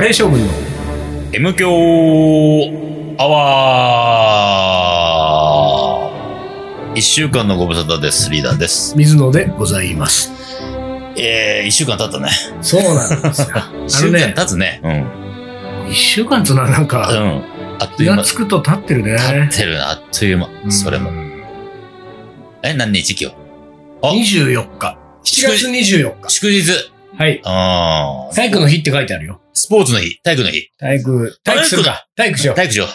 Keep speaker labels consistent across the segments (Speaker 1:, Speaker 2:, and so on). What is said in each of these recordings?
Speaker 1: レー将軍の
Speaker 2: M 強アワー一週間のご無沙汰です。リーダーです。
Speaker 1: 水野でございます。
Speaker 2: えー、一週間経ったね。
Speaker 1: そうなんですよ。 あ
Speaker 2: 一週
Speaker 1: の
Speaker 2: 間
Speaker 1: ね、
Speaker 2: 経つね。
Speaker 1: 一週間っていうのはなん
Speaker 2: うん。
Speaker 1: か、
Speaker 2: うん。あっと
Speaker 1: 気
Speaker 2: いう
Speaker 1: が
Speaker 2: 間。
Speaker 1: つくと経ってる
Speaker 2: 経
Speaker 1: ね
Speaker 2: っ。てるな、あっという間。それ
Speaker 1: う
Speaker 2: も。
Speaker 1: ん。
Speaker 2: え、何日今日あ
Speaker 1: 24日。7月24日。
Speaker 2: 祝日。
Speaker 1: はい。
Speaker 2: あー
Speaker 1: 体育の日って書いてあるよ。
Speaker 2: スポーツの日。体育の日。
Speaker 1: 体育、体育するか。体育しよう。
Speaker 2: 体育しよう。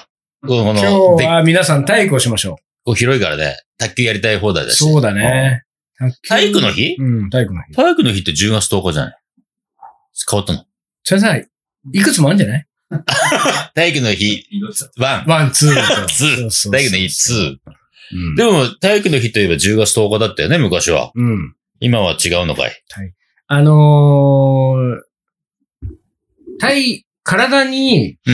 Speaker 2: この、
Speaker 1: 今日
Speaker 2: で
Speaker 1: は皆さん体育をしましょ
Speaker 2: こう広いからね、卓球やりたい放題
Speaker 1: う。
Speaker 2: だし。
Speaker 1: そうだね。
Speaker 2: 体育の日
Speaker 1: うん、体育の日。
Speaker 2: 体育の日って10月10日じゃない変わったの
Speaker 1: 先生、いくつもあるんじゃない
Speaker 2: 体育の日、ワン。
Speaker 1: ワン、ツーと。
Speaker 2: ツー
Speaker 1: そうそう
Speaker 2: 体育の日、ツー。
Speaker 1: うん
Speaker 2: でも、体育の日といえば10月10日だったよね、昔は。
Speaker 1: うん。
Speaker 2: 今は違うのかい。
Speaker 1: あのー、体、体に、
Speaker 2: う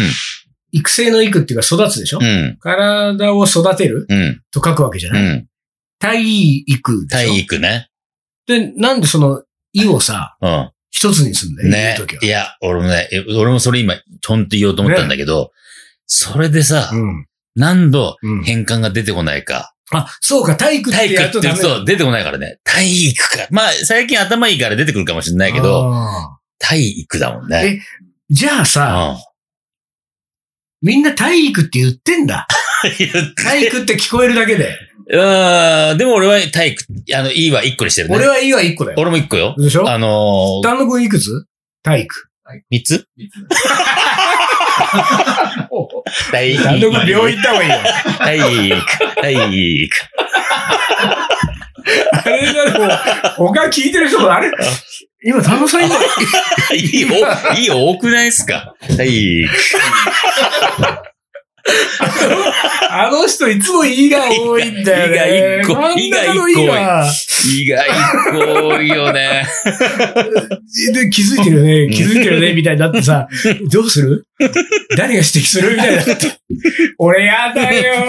Speaker 1: 育成の育っていうか育つでしょ、
Speaker 2: ん。うん。
Speaker 1: 体を育てる
Speaker 2: うん。
Speaker 1: と書くわけじゃ
Speaker 2: う
Speaker 1: ない、
Speaker 2: ん。
Speaker 1: 体育でしょ
Speaker 2: 体育ね。
Speaker 1: で、なんでその、意をさ、
Speaker 2: うん。
Speaker 1: 一つにすんだよ、
Speaker 2: ね
Speaker 1: 言うとき。
Speaker 2: い
Speaker 1: は。
Speaker 2: や、俺もね、え俺もそれ今、ちょんって言おうと思ったんだけど、それでさ、
Speaker 1: うん。
Speaker 2: 何度
Speaker 1: うん。
Speaker 2: 変換が出てこないか。
Speaker 1: あ、そうか、体育って
Speaker 2: 体育
Speaker 1: や
Speaker 2: っ
Speaker 1: ると
Speaker 2: て
Speaker 1: ダメ
Speaker 2: そう、出てこないからね。体育か。まあ、最近頭いいから出てくるかもしれな
Speaker 1: だ
Speaker 2: いけど、
Speaker 1: あ
Speaker 2: 体育だもん
Speaker 1: え
Speaker 2: ね。
Speaker 1: じゃあさ、
Speaker 2: うん。
Speaker 1: みんな体育って言ってんだ。
Speaker 2: 言って
Speaker 1: 体育って聞こえるだ けで。
Speaker 2: うーん、でも俺は体育、あの、いいは1個にしてるね。
Speaker 1: 俺はいいわ、一個だよ。
Speaker 2: 俺も1個よ。
Speaker 1: でしょ
Speaker 2: あのー、
Speaker 1: 丹野くんいくつ体育。
Speaker 2: 3つ 体育。
Speaker 1: 丹野くん病院行った方がいいよ。
Speaker 2: 体育。体育。
Speaker 1: あれだろ、他聞いてる人もあれ今、丹野さんいない
Speaker 2: いい、おいい、多くないっすか体育。
Speaker 1: あの人いつも胃が多いんだよね。
Speaker 2: 胃が胃が一個
Speaker 1: 真ん中の胃が
Speaker 2: 意外と多いよね。
Speaker 1: で、気づいてるよね
Speaker 2: ん。
Speaker 1: 気づいてるよね、みたいになってさ、どうする誰が指摘するみたいになって。俺やだよ。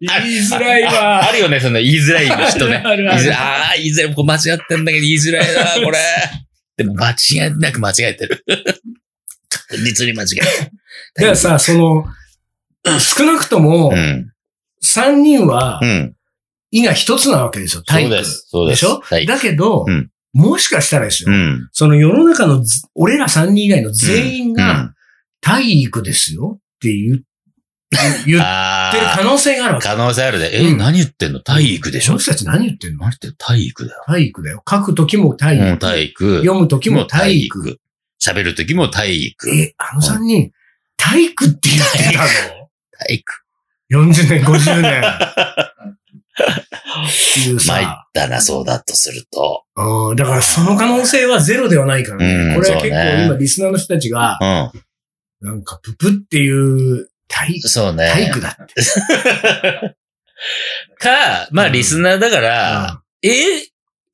Speaker 1: 言いづらいわ。
Speaker 2: あるよね、その言いづらい人ね。
Speaker 1: ある
Speaker 2: 言
Speaker 1: あ
Speaker 2: いづ
Speaker 1: る
Speaker 2: らいああ、言いづらい。こう間違ってんだけど言いづらいな、これ。でも間違いなく間違えてる。確実に間違え
Speaker 1: だからさ、その、少なくとも、
Speaker 2: てる。
Speaker 1: 3人は
Speaker 2: うん。う、ん。
Speaker 1: 胃が一つなわけですよ、体
Speaker 2: そう
Speaker 1: 育
Speaker 2: で。す。そう
Speaker 1: で
Speaker 2: です。
Speaker 1: しょ
Speaker 2: 体育
Speaker 1: だけど
Speaker 2: うん、
Speaker 1: もしかしたらです
Speaker 2: う
Speaker 1: よ、
Speaker 2: ん。
Speaker 1: その世の中のず、俺ら3人以外の全員
Speaker 2: う
Speaker 1: が、
Speaker 2: ん
Speaker 1: 体育ですよって言 う言言ってる
Speaker 2: あ
Speaker 1: 可能性がある
Speaker 2: あ、
Speaker 1: わけ。
Speaker 2: 可能性あるで。え、
Speaker 1: うん
Speaker 2: 何言ってんの体育でし
Speaker 1: そ
Speaker 2: ょ
Speaker 1: の人たち何言ってんの
Speaker 2: 何言ってんの体育だよ。
Speaker 1: 体育だよ。書くときも体
Speaker 2: もう
Speaker 1: 育。
Speaker 2: 体育。
Speaker 1: 読むときも体育。
Speaker 2: もう体育。喋るときも体育。
Speaker 1: え、あの三人、体育って言ってた
Speaker 2: 体育。
Speaker 1: の ?40 年、50年。っていう
Speaker 2: 参っ
Speaker 1: さ、
Speaker 2: たな、そうだとすると。
Speaker 1: うん、だからその可能性はゼロではないからね。
Speaker 2: うん
Speaker 1: これは結
Speaker 2: そうね
Speaker 1: 構今リスナーの人たちが、
Speaker 2: うん。
Speaker 1: なんかププっていう体
Speaker 2: そうね。
Speaker 1: 体育だって。
Speaker 2: か、まあ、
Speaker 1: うん
Speaker 2: リスナーだか
Speaker 1: う
Speaker 2: ら、え、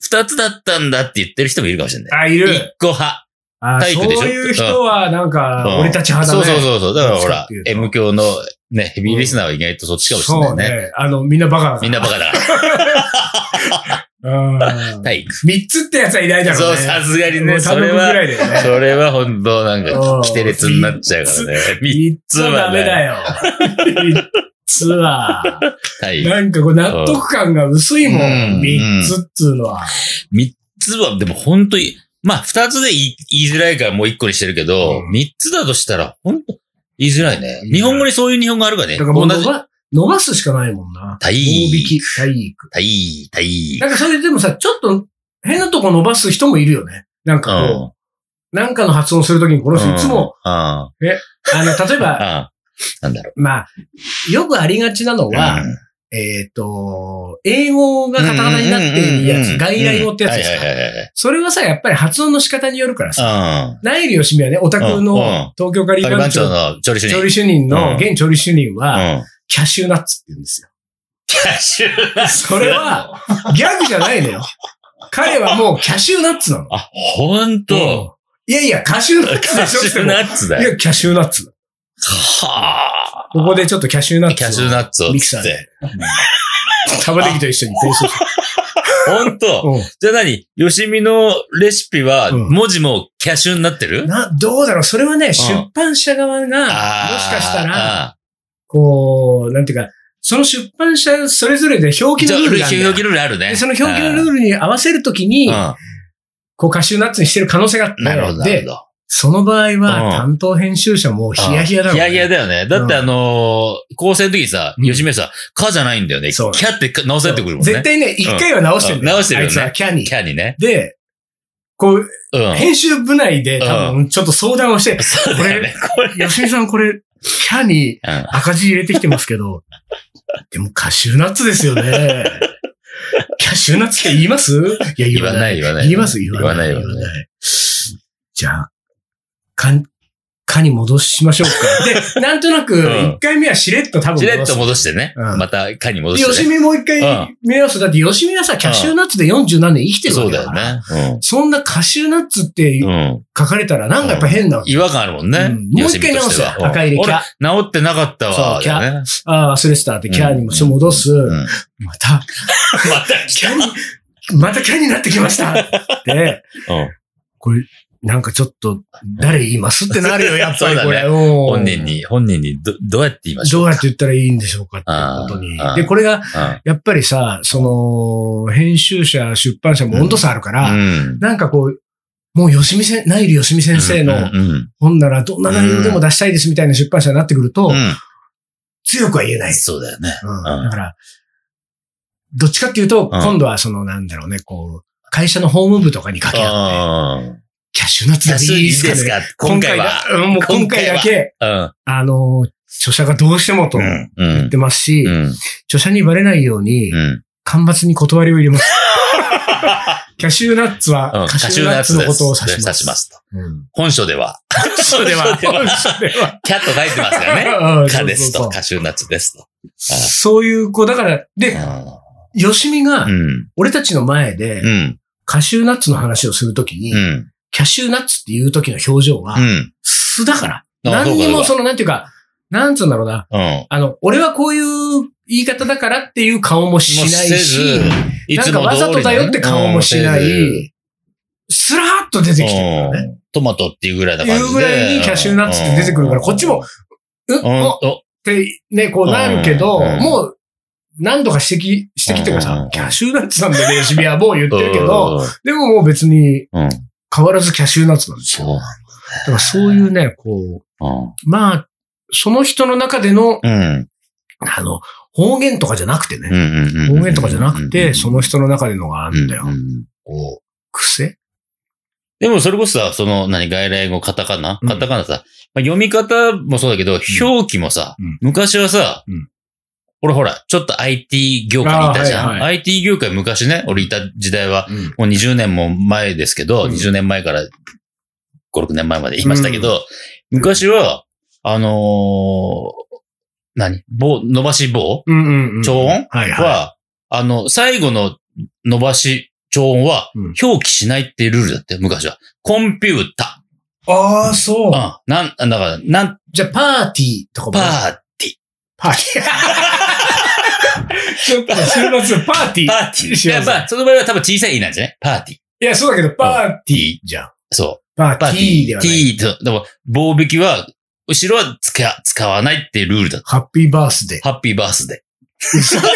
Speaker 2: 二つだったんだって言ってる人もいるかもしれな
Speaker 1: あ、
Speaker 2: い。
Speaker 1: い
Speaker 2: 一
Speaker 1: る。
Speaker 2: 個派。
Speaker 1: あ
Speaker 2: 体育でしょ
Speaker 1: そういう人はなん
Speaker 2: う
Speaker 1: か
Speaker 2: ん
Speaker 1: 俺たち派
Speaker 2: そ
Speaker 1: だ
Speaker 2: う
Speaker 1: ね。
Speaker 2: そうそうそう。だからほ
Speaker 1: どっちかっ
Speaker 2: ら
Speaker 1: ていう、と
Speaker 2: M 教のね、ヘビーリスナーは意外とそっちかもしれないね。
Speaker 1: そうね。あの、みんなバカだ
Speaker 2: みんなバカ だから。
Speaker 1: カ。
Speaker 2: 体育。
Speaker 1: 三つってやつはいないだろ
Speaker 2: そうう、
Speaker 1: ね。
Speaker 2: さすがに
Speaker 1: も
Speaker 2: ね、
Speaker 1: う
Speaker 2: それ
Speaker 1: 単独ぐ
Speaker 2: は
Speaker 1: ら、いだよね。
Speaker 2: それは本当なん
Speaker 1: う
Speaker 2: か
Speaker 1: ん、
Speaker 2: キテレツになっちゃうからね。み
Speaker 1: 三つはダメだよ。三つは。
Speaker 2: はい。
Speaker 1: なんかこう納得感が薄いも
Speaker 2: う
Speaker 1: ん。
Speaker 2: ん
Speaker 1: 三つっつうのは。
Speaker 2: 三つは、でも本当に、まあ二つで言い言いづらいからもう一個にしてるけど、
Speaker 1: うん
Speaker 2: 三、つだとしたら、本当言いづらいね。
Speaker 1: 言いづらい
Speaker 2: 日本語にそういう日本語あるからね。
Speaker 1: だからもう
Speaker 2: 同
Speaker 1: 伸
Speaker 2: じ。
Speaker 1: ば伸ばすしかないもんな。
Speaker 2: 体
Speaker 1: 大引
Speaker 2: 育。
Speaker 1: き、体育。
Speaker 2: 体育。体育。
Speaker 1: なんかそれでもさ、ちょっと変なとこ伸ばす人もいるよね。なんかこ
Speaker 2: ん。
Speaker 1: う、なんかの発音するときにこの人いつも、
Speaker 2: うん。うん。
Speaker 1: あの、例えば、
Speaker 2: なんだろ
Speaker 1: まあ、よくありがちなの
Speaker 2: う。
Speaker 1: は、
Speaker 2: うん
Speaker 1: えっ、と、英語がカタカナになっているや
Speaker 2: うんうんう
Speaker 1: つ、
Speaker 2: んうん
Speaker 1: 外来語ってやつです
Speaker 2: はいはい
Speaker 1: か。
Speaker 2: はいはい
Speaker 1: それはさ、やっぱり発音の仕方によるからさ、
Speaker 2: うん。
Speaker 1: ナイル・ヨシミはね、オタク
Speaker 2: うん
Speaker 1: の東京カリ
Speaker 2: カ
Speaker 1: ー
Speaker 2: リバ
Speaker 1: 番
Speaker 2: ン
Speaker 1: 長
Speaker 2: 長
Speaker 1: の
Speaker 2: の調理主任。
Speaker 1: 調理主任
Speaker 2: うん
Speaker 1: の、現調理主任は、
Speaker 2: うん。
Speaker 1: キャシューナッツって言うんですよ。
Speaker 2: キャッシュナッツ
Speaker 1: それ、は、ギャグじゃないのよ。彼はもうキャシューナッツなの。
Speaker 2: あ、ほんと。
Speaker 1: うんいやいや、カシューナッ
Speaker 2: キ
Speaker 1: ツで
Speaker 2: ャッ
Speaker 1: しょ
Speaker 2: シュ
Speaker 1: っ
Speaker 2: ナッツ
Speaker 1: て
Speaker 2: だ
Speaker 1: い
Speaker 2: よ。
Speaker 1: や、キャシューナッツ。
Speaker 2: はあ。
Speaker 1: ここでちょっとキャシューナッツを。
Speaker 2: キャッシュナッツを
Speaker 1: ミキサ
Speaker 2: つ
Speaker 1: ー
Speaker 2: って
Speaker 1: で。。うん玉ねぎと一緒にペーストして
Speaker 2: ほんと。
Speaker 1: うん
Speaker 2: じゃあ何よしみのレシピは、
Speaker 1: うん
Speaker 2: 文字もキャッシュになってる、
Speaker 1: な、どうだろうそれはね、出版社側が、もし
Speaker 2: あー
Speaker 1: かしたら、
Speaker 2: あ
Speaker 1: こう、なんていうか、その出版社それぞれで
Speaker 2: ー
Speaker 1: 表記
Speaker 2: じゃ
Speaker 1: の
Speaker 2: あ、
Speaker 1: ルール
Speaker 2: 表
Speaker 1: があるん
Speaker 2: 記
Speaker 1: だよ
Speaker 2: 表記ルールあるね。
Speaker 1: でその表記のルールに合わせるときに、
Speaker 2: あ
Speaker 1: こう、カシューナッツにしてる可能性があっ
Speaker 2: ーうんなるほど、
Speaker 1: て、
Speaker 2: なる
Speaker 1: で
Speaker 2: ほ、ど。
Speaker 1: その場合
Speaker 2: うん
Speaker 1: は担当編集者もヒヤヒヤだろう
Speaker 2: ヒ
Speaker 1: ね
Speaker 2: ヤヒヤだよね。だってあのー構成の時さ、
Speaker 1: うん
Speaker 2: 吉見さ、かじゃないんだよね。キ
Speaker 1: そ
Speaker 2: ャ
Speaker 1: う
Speaker 2: って直されてくるもんね。
Speaker 1: 絶対ね、一回は直してるんだよ。
Speaker 2: うん直してるよね
Speaker 1: あいつはキャニ
Speaker 2: キ
Speaker 1: ー。
Speaker 2: ャにね。
Speaker 1: で、こう、
Speaker 2: うん。
Speaker 1: 編集部内で多分、ちょっと相談をして、
Speaker 2: そうだよね。これ。
Speaker 1: 吉見さんこれ、キャニー
Speaker 2: うん
Speaker 1: 赤字入れてきてますけ ど、でもカシューナッツですよね。キャシューナッツって言いますいや、
Speaker 2: 言
Speaker 1: 言
Speaker 2: わ
Speaker 1: わな。
Speaker 2: ないい、言わない。
Speaker 1: 言います言
Speaker 2: 言
Speaker 1: わ
Speaker 2: わ
Speaker 1: な。
Speaker 2: ないい、
Speaker 1: 言
Speaker 2: 言
Speaker 1: わ
Speaker 2: わない。
Speaker 1: ない。じゃあ、かん、かに戻しましょうか。 で、なんとなく、
Speaker 2: うん
Speaker 1: 一回目はしれっと多分
Speaker 2: し
Speaker 1: 戻す。
Speaker 2: れっと戻してね。
Speaker 1: うん
Speaker 2: また、かに戻
Speaker 1: で、
Speaker 2: して
Speaker 1: 吉
Speaker 2: ね。
Speaker 1: 見もう一
Speaker 2: う
Speaker 1: 回見直す。だって吉見はさ、キャシューナッツで40何年生きてるわ
Speaker 2: そう
Speaker 1: け
Speaker 2: だ
Speaker 1: だか
Speaker 2: よ
Speaker 1: ら。
Speaker 2: ね。
Speaker 1: そんなカシューナッツって
Speaker 2: うん。うん。
Speaker 1: 書かれたらなんかやっぱ変なわけ。
Speaker 2: 違和感あるもんね。
Speaker 1: うんもう一回直すよ
Speaker 2: よしみとしては
Speaker 1: 赤入れ
Speaker 2: うん
Speaker 1: キャ
Speaker 2: 俺治ってなかった
Speaker 1: そ
Speaker 2: わ。
Speaker 1: うキャ
Speaker 2: だよね
Speaker 1: ああ、忘れてたってキャーにもして戻す。
Speaker 2: うん。ま
Speaker 1: また、
Speaker 2: た
Speaker 1: キャーに、またキャーになってきましたって、
Speaker 2: うん
Speaker 1: これ、なんかちょっと、誰言いますってなるよ、やっぱりこれ。
Speaker 2: そ
Speaker 1: うん
Speaker 2: 本人に、本人にど、どうやって言いましょう
Speaker 1: どうやって言ったらいいんでしょうかってことに
Speaker 2: ああ。
Speaker 1: で、これが、
Speaker 2: うん
Speaker 1: やっぱりさ、その、編集者、出版社も温度差あるから、
Speaker 2: うん。
Speaker 1: なんかこう、もう吉見せ、ナイル吉見先生
Speaker 2: うん
Speaker 1: の
Speaker 2: うん
Speaker 1: 本ならどんな内容でも出したいですみたいな出版社になってくると、
Speaker 2: うん。
Speaker 1: 強くは言えない。
Speaker 2: そうだよね。
Speaker 1: うん
Speaker 2: ん
Speaker 1: だから、どっちかっていうと、
Speaker 2: うん
Speaker 1: 今度はその、なんだろうね、こう、会社の法務部とかに掛け合って、
Speaker 2: うん。
Speaker 1: キャッシュナッツ
Speaker 2: じゃ
Speaker 1: だ
Speaker 2: あ、
Speaker 1: け
Speaker 2: い
Speaker 1: いい
Speaker 2: い
Speaker 1: で
Speaker 2: です
Speaker 1: かね
Speaker 2: すか今回は。
Speaker 1: だうんもう今回だけ、
Speaker 2: うん。
Speaker 1: あの、著者がどうしてもと言
Speaker 2: うん
Speaker 1: って。ますし、
Speaker 2: うん。
Speaker 1: 著者にバレないように、
Speaker 2: うん。
Speaker 1: 間伐に断りを入れ ます。キャッシュナッツ
Speaker 2: う
Speaker 1: は
Speaker 2: ん、
Speaker 1: カシューナッツのことを
Speaker 2: カシュ
Speaker 1: 指しま
Speaker 2: ーナ
Speaker 1: す。
Speaker 2: ッツです指しますと。
Speaker 1: うん。
Speaker 2: 本書では。
Speaker 1: それでは、
Speaker 2: それでは
Speaker 1: それでは
Speaker 2: キャット書いてますよね。
Speaker 1: うん
Speaker 2: カです
Speaker 1: そう
Speaker 2: と、
Speaker 1: そうそう
Speaker 2: カシューナッツですと。
Speaker 1: そういう、こう、だから、で、吉見が
Speaker 2: う、ん。
Speaker 1: 俺たちの前で
Speaker 2: う、ん。
Speaker 1: カシューナッツの話をするときに
Speaker 2: う、ん。
Speaker 1: キャシューナッツっていう時の表情は
Speaker 2: う、ん。
Speaker 1: 素だから。
Speaker 2: あ
Speaker 1: 何にも
Speaker 2: そ
Speaker 1: その、なんていうか、なんつうんだろうな。
Speaker 2: うかうん。
Speaker 1: あの、俺はこういう言い方だからっていう顔もし
Speaker 2: もう
Speaker 1: ない
Speaker 2: せず
Speaker 1: し、
Speaker 2: い
Speaker 1: なん
Speaker 2: つ
Speaker 1: か
Speaker 2: も
Speaker 1: わざとだよって顔もしない、スラーっと出てきてるからね。
Speaker 2: ね。トマトっていうぐらいだから。
Speaker 1: いうぐらいにキャシューナッツって出てくるから、こっちも、うん、
Speaker 2: うん、
Speaker 1: おっ
Speaker 2: お
Speaker 1: てね、こうなるけど、
Speaker 2: うん
Speaker 1: もう、何度か指摘、指摘っていうか
Speaker 2: う
Speaker 1: さ
Speaker 2: ん、
Speaker 1: キャシューナッツなんだよね、吉見はもう言ってるけど、、
Speaker 2: う
Speaker 1: でももう別に
Speaker 2: んうん。
Speaker 1: 変わらずキャシューナッツなんですよ。
Speaker 2: そう
Speaker 1: だからそういうね、こ
Speaker 2: なん
Speaker 1: う、まあ、その人の中での、
Speaker 2: だ。うん。
Speaker 1: あの、方言とかじゃなくて
Speaker 2: うん
Speaker 1: ね、
Speaker 2: うんうんうん。
Speaker 1: 方言とかじゃなくて、その人の中でのがあるんだよ
Speaker 2: う。うん
Speaker 1: こう、癖
Speaker 2: でもそれこそさ、その、何、外来語、カタカナ
Speaker 1: うん
Speaker 2: カタカナさ、まあ、読み方もそうだけど、表記もさ、
Speaker 1: うん
Speaker 2: 昔はさ、
Speaker 1: うん
Speaker 2: 俺ほら、ちょっと IT 業界にいたじゃ
Speaker 1: あ
Speaker 2: ん。
Speaker 1: ーはいは
Speaker 2: IT 業界昔ね、俺いた時代は、もう20年も前ですけど、
Speaker 1: うん
Speaker 2: 20年前から5、6年前まで言いましたけど、昔は、あのー何棒、伸ばし棒
Speaker 1: うんうんうん。
Speaker 2: 超音
Speaker 1: はい
Speaker 2: は、
Speaker 1: は
Speaker 2: あの、最後の伸ばし超音は
Speaker 1: うん、
Speaker 2: 表記しないっていうルールだって、昔は。コンピュータ。
Speaker 1: い。ああ、そう
Speaker 2: うん。。なん、だから、なん、
Speaker 1: じゃあ、パーティーとかも
Speaker 2: パーティー。
Speaker 1: パー ティー。ちょっと、週末、パーティー
Speaker 2: パ。ーティー。
Speaker 1: 幸
Speaker 2: や
Speaker 1: せ
Speaker 2: っぱ、その場合は多分小さいいなんじゃないパーティー。
Speaker 1: いや、そうだけど、パーティーじゃん。
Speaker 2: そう。
Speaker 1: パー
Speaker 2: パ
Speaker 1: テ
Speaker 2: ーテ
Speaker 1: ィ
Speaker 2: ィ
Speaker 1: ーで
Speaker 2: ー。
Speaker 1: は
Speaker 2: テ
Speaker 1: ない。
Speaker 2: ィーと、でも、棒引きは、後ろは使わ、使わないっていうルールだった。
Speaker 1: ハッピーバース デー。
Speaker 2: ハッピーバースデー。
Speaker 1: 嘘でしょそ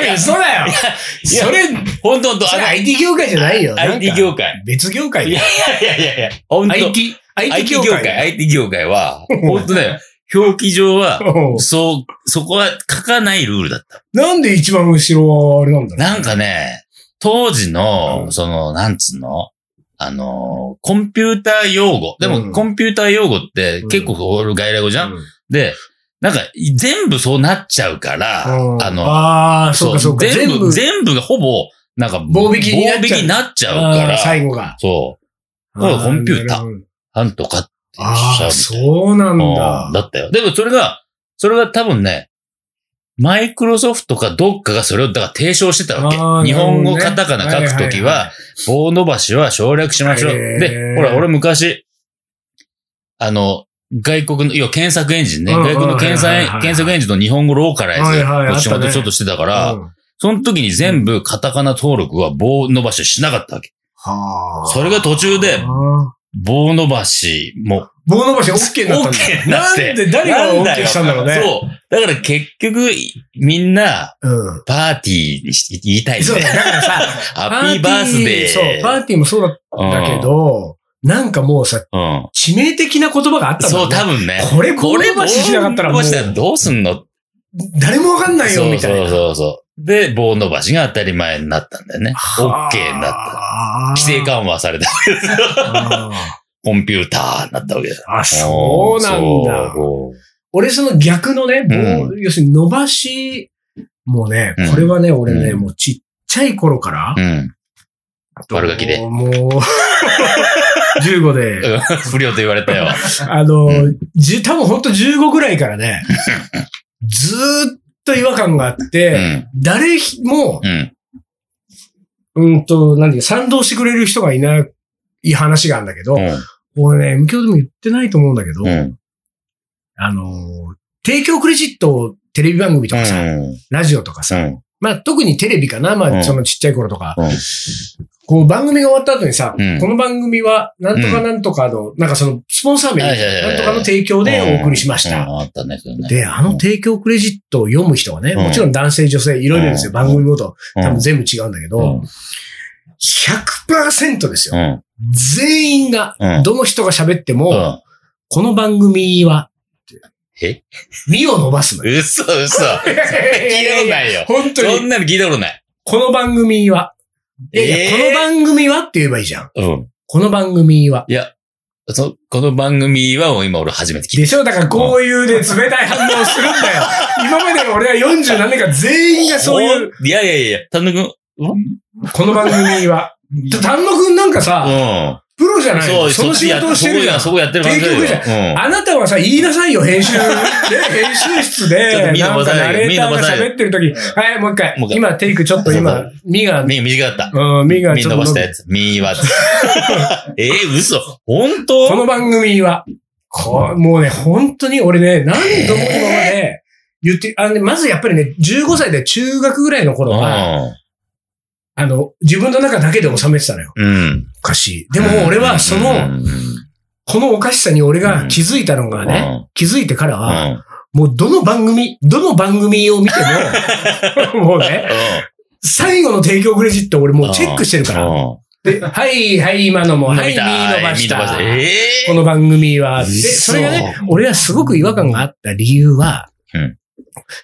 Speaker 1: れ嘘だよ
Speaker 2: いや
Speaker 1: それ、
Speaker 2: 本当本当
Speaker 1: それ
Speaker 2: あ
Speaker 1: IT 業界じゃないよ。
Speaker 2: の IT 業
Speaker 1: 界。
Speaker 2: 界。
Speaker 1: 別業
Speaker 2: い
Speaker 1: 界
Speaker 2: や
Speaker 1: だよ。
Speaker 2: いやいやいや、本当
Speaker 1: IT、IT
Speaker 2: IT
Speaker 1: 業
Speaker 2: 業
Speaker 1: 界
Speaker 2: 界、
Speaker 1: だよ。
Speaker 2: IT 業界は、本当だよ。表記上は、
Speaker 1: おう
Speaker 2: そう、そこは書かないルールだった。
Speaker 1: なんで一番後ろはあれなんだろう
Speaker 2: なんかね、当時
Speaker 1: う
Speaker 2: の、
Speaker 1: ん
Speaker 2: その、なんつうのあのー、コンピューター用語。で
Speaker 1: うん
Speaker 2: も、コンピューター用語って
Speaker 1: うん
Speaker 2: 結構こう外来語じゃん
Speaker 1: うん
Speaker 2: で、なんか、全部そうなっちゃうから、
Speaker 1: うん
Speaker 2: あの、
Speaker 1: あーそうかそうか。
Speaker 2: 全部、全部がほぼ、なんか、
Speaker 1: 棒引きになっちゃう
Speaker 2: 棒引きになっちゃうか
Speaker 1: あー
Speaker 2: ら、
Speaker 1: 最後が。
Speaker 2: そう。だからコンピューター
Speaker 1: あなるほど
Speaker 2: なんとかって言っちゃ
Speaker 1: あー、
Speaker 2: うみたいな。
Speaker 1: そうなん
Speaker 2: う
Speaker 1: だ
Speaker 2: ん。だったよ。でもそれが、それが多分ね、マイクロソフトかどっかがそれをだから提唱してたわけ。
Speaker 1: あー
Speaker 2: 日本語
Speaker 1: なるほ
Speaker 2: カ
Speaker 1: どね
Speaker 2: タカナ書くと
Speaker 1: はいは
Speaker 2: き
Speaker 1: い
Speaker 2: は、棒伸ばしは省略しましょう。
Speaker 1: へー
Speaker 2: で、ほら、俺昔、あの、外国の、要は検索エンジンね。
Speaker 1: うんうん
Speaker 2: 外国の検索エン
Speaker 1: はいはいはいはい
Speaker 2: 検索エンジンの日本語ローカライズ
Speaker 1: はいはいあったね
Speaker 2: の仕事ちょっとしてたから、
Speaker 1: うん
Speaker 2: その時に全部カタカナ登録は棒伸ばしをしなかったわけ。
Speaker 1: はあ。
Speaker 2: それが途中で
Speaker 1: ああ
Speaker 2: 棒伸ばしも
Speaker 1: 棒伸ばし OK になったんだ。
Speaker 2: OK になって
Speaker 1: なんで誰
Speaker 2: な
Speaker 1: が
Speaker 2: んだ
Speaker 1: OK
Speaker 2: よ
Speaker 1: したんだろうね。
Speaker 2: そう。だから結局、みんな、
Speaker 1: う。ん。
Speaker 2: パーティーにし言いたいね。
Speaker 1: そうだ、だからさ、
Speaker 2: ハッピーバースデー。
Speaker 1: そう、パーティーもそうだったけど、なんかもうさ、
Speaker 2: うん。うん。
Speaker 1: 致命的な言葉があったんだ
Speaker 2: そ
Speaker 1: よ
Speaker 2: う、
Speaker 1: ね。
Speaker 2: 多分ね。
Speaker 1: これ、これ、
Speaker 2: も
Speaker 1: ししなかったらも
Speaker 2: 棒
Speaker 1: う
Speaker 2: 伸ば、したらどうすんの
Speaker 1: 誰もわかんないよ、
Speaker 2: そう
Speaker 1: みたい
Speaker 2: そ
Speaker 1: な。
Speaker 2: うそうそう。で、棒伸ばしが当たり前になったんだよね。
Speaker 1: はあ
Speaker 2: OK になった。規制。緩和された。
Speaker 1: あ
Speaker 2: コンピューターになったわけだ。
Speaker 1: あ、そうなんだ。
Speaker 2: そう
Speaker 1: 俺、その逆のね、棒要するに伸ばし、もうね
Speaker 2: うん、
Speaker 1: これはね、俺ね、
Speaker 2: うん
Speaker 1: もうちっちゃい頃から
Speaker 2: う、ん。 悪ガキで。
Speaker 1: もう、15で、
Speaker 2: 不良と言われたよ。
Speaker 1: あの
Speaker 2: う、
Speaker 1: じ、多分ほんと15ぐらいからね、ずーっと違和感があっ
Speaker 2: う
Speaker 1: て、
Speaker 2: ん。
Speaker 1: 誰も、
Speaker 2: うん。
Speaker 1: うんと、何ていうか、賛同してくれる人がいない、いい話があるんだけど、俺ね、無教でも言ってないと思うんだけど、
Speaker 2: うん。うん。
Speaker 1: あの、提供クレジットをテレビ番組とかさ、ラジオとかさ、
Speaker 2: うん。
Speaker 1: まあ特にテレビかな、ま
Speaker 2: う
Speaker 1: あ
Speaker 2: ん
Speaker 1: そのちっちゃい頃とか、
Speaker 2: うん
Speaker 1: こう番組が終わった後にさ、
Speaker 2: うん
Speaker 1: この番組はなんとかなんとかの、なんかそのスポンサー名、
Speaker 2: はいはいはいはい
Speaker 1: なんとかの提供でお送りしました。
Speaker 2: うんあったね、それね
Speaker 1: で、あの提供クレジットを読む人はね、
Speaker 2: うん
Speaker 1: もちろん男性、女性、いろいろですよ。
Speaker 2: うん
Speaker 1: 番組ごと、
Speaker 2: うん
Speaker 1: 多分全部違うんだけど、
Speaker 2: うん
Speaker 1: 100%です
Speaker 2: う
Speaker 1: よ。
Speaker 2: ん。
Speaker 1: 全員が、
Speaker 2: うん。
Speaker 1: どの人が喋って
Speaker 2: う
Speaker 1: も、
Speaker 2: ん。
Speaker 1: この番組は、
Speaker 2: え
Speaker 1: 身を伸ばすのよ。
Speaker 2: 嘘嘘。聞いたことないよ。
Speaker 1: 本当
Speaker 2: そ
Speaker 1: に、
Speaker 2: んなの聞いたことない。
Speaker 1: この番組は、いやいや
Speaker 2: えー
Speaker 1: この番組はって言えばいいじゃん。
Speaker 2: うん。
Speaker 1: この番組は。
Speaker 2: いや、そ、この番組はもう今俺初めて聞い
Speaker 1: でしょだからこういうね、冷たい反応するんだ よ。今までの俺は40何年か全員が
Speaker 2: た。
Speaker 1: そういう、
Speaker 2: ほん。いやいやいや、丹野くん。
Speaker 1: この番組は。丹野くんなんかさ、
Speaker 2: うん。
Speaker 1: プロじゃない
Speaker 2: そう、
Speaker 1: のその仕事をしてるじゃん。
Speaker 2: そこやってる感じだよ。
Speaker 1: 提供
Speaker 2: うん。
Speaker 1: あなたはさ、言いなさいよ、編 集。ね、編集室
Speaker 2: ちょっ
Speaker 1: で、
Speaker 2: と見
Speaker 1: なん
Speaker 2: 逃
Speaker 1: か
Speaker 2: さな
Speaker 1: ナ
Speaker 2: い
Speaker 1: レーターが
Speaker 2: 見逃さない
Speaker 1: 喋ってる時はい、もう一回
Speaker 2: もう一。回
Speaker 1: 今、テイクちょっと
Speaker 2: そ
Speaker 1: 今
Speaker 2: う、
Speaker 1: ミが、
Speaker 2: み、短かった。
Speaker 1: うん、ミが
Speaker 2: み
Speaker 1: ち
Speaker 2: 伸
Speaker 1: ょっ
Speaker 2: ば
Speaker 1: と
Speaker 2: し
Speaker 1: 伸
Speaker 2: た
Speaker 1: び、
Speaker 2: やつ。み は。えー、嘘。本当
Speaker 1: この番組は、こうもうね、本当に俺ね、何度も今まで言って、あのね、まずやっぱりね、15歳で中学ぐらいの頃は、あの、自分の中だけで収めてたのよ、
Speaker 2: うん。うん。
Speaker 1: おかしい。でも俺は、その、このおかしさに俺が気づいたのがね、気づいてから
Speaker 2: う
Speaker 1: は、
Speaker 2: ん。
Speaker 1: もうどの番組、どの番組を見て も、もうね、最後の提供クレジットを俺もうチェックしてるから。で、はい、はい、今のも、
Speaker 2: うん。
Speaker 1: はい、見伸ばし
Speaker 2: 伸ば
Speaker 1: た。
Speaker 2: え
Speaker 1: この番組は、で、そ
Speaker 2: 嘘
Speaker 1: れがね、俺はすごく違和感があった理由は
Speaker 2: うん、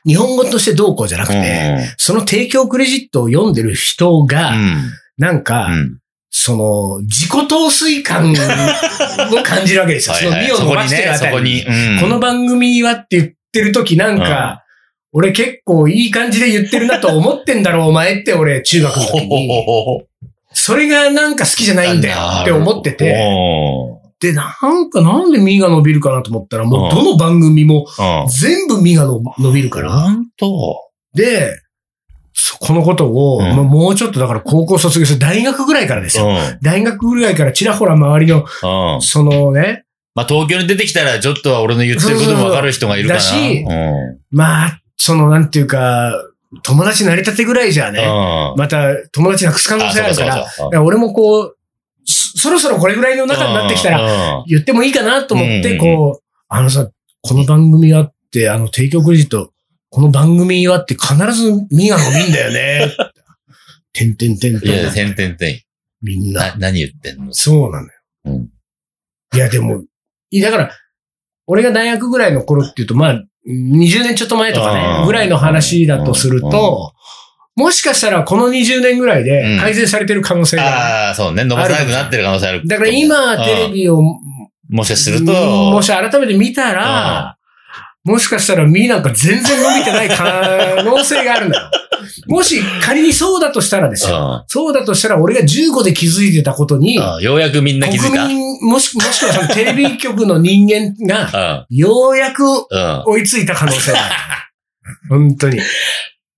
Speaker 1: 日本語としてどうこうじゃなくて、
Speaker 2: え
Speaker 1: その提供クレジットを読んでる人
Speaker 2: う
Speaker 1: が、
Speaker 2: ん。
Speaker 1: なんか
Speaker 2: う、ん。
Speaker 1: その、自己陶酔感を感じるわけですよ。その、身を伸ばしてるあ
Speaker 2: そ
Speaker 1: たり
Speaker 2: こ
Speaker 1: に
Speaker 2: に。うん
Speaker 1: この番組はって言ってる時なんか、俺結構いい感じで言ってるなと思ってんだろ、お前って俺中学の時に。それがなんか好きじゃないんだよって思ってて。で、なんかなんで身が伸びるかなと思ったら、もうどの番組も全部身がの伸びるから。
Speaker 2: んと。
Speaker 1: で、そこのことを、
Speaker 2: うん
Speaker 1: まあもうちょっとだから高校卒業する大学ぐらいからです
Speaker 2: う
Speaker 1: よ。
Speaker 2: ん。
Speaker 1: 大学ぐらいからちらほら周りの、
Speaker 2: うん。
Speaker 1: そのね、
Speaker 2: まあ、東京に出てきたら、ちょっとは俺の言ってることもわかる人がいるかな。
Speaker 1: そうそうそうだし
Speaker 2: うん。
Speaker 1: まあ、そのなんていうか、友達成り立てぐらいじゃね、
Speaker 2: うん。
Speaker 1: また友達なくす可能性あるから、だか
Speaker 2: そう
Speaker 1: ら俺もこう、そそろそろこれぐらいの中になってきたら、
Speaker 2: ら、
Speaker 1: 言ってもいいかなと思っ
Speaker 2: う
Speaker 1: て、
Speaker 2: んうんうん
Speaker 1: こう、あのさ、この番組はって、あの提供クレジット、この番組はって必ず身が伸びんだよ ね。てんてんてん
Speaker 2: いや、
Speaker 1: てん。
Speaker 2: てんてんてん。
Speaker 1: みんな。
Speaker 2: な、何言ってんの
Speaker 1: そうなのよ。
Speaker 2: うん
Speaker 1: いや、でも、いやだから、俺が大学ぐらいの頃っていうと、まあ、20年ちょっと前とか
Speaker 2: う
Speaker 1: ね
Speaker 2: ん、
Speaker 1: ぐらいの話だとすると、もしかしたらこの20年ぐらい
Speaker 2: うん
Speaker 1: で改善されてる可能性がある。
Speaker 2: ああ、そうね。伸ばさなくなってる可能性ある。
Speaker 1: だから今、テレビを、
Speaker 2: もしかすると、
Speaker 1: もし改めて見たら、もしかしたら身なんか全然伸びてない可能性があるん だよ。もし仮にそうだとしたらです
Speaker 2: う
Speaker 1: よ。
Speaker 2: ん
Speaker 1: そうだとしたら俺が15で気づいてたことに、
Speaker 2: うんようやくみんな気づいた。
Speaker 1: 国民、もし、もしくはそのテレビ局の人間が、
Speaker 2: うん。
Speaker 1: ようやく
Speaker 2: うん。あ
Speaker 1: 追いついた可能性があ る。本当に。こ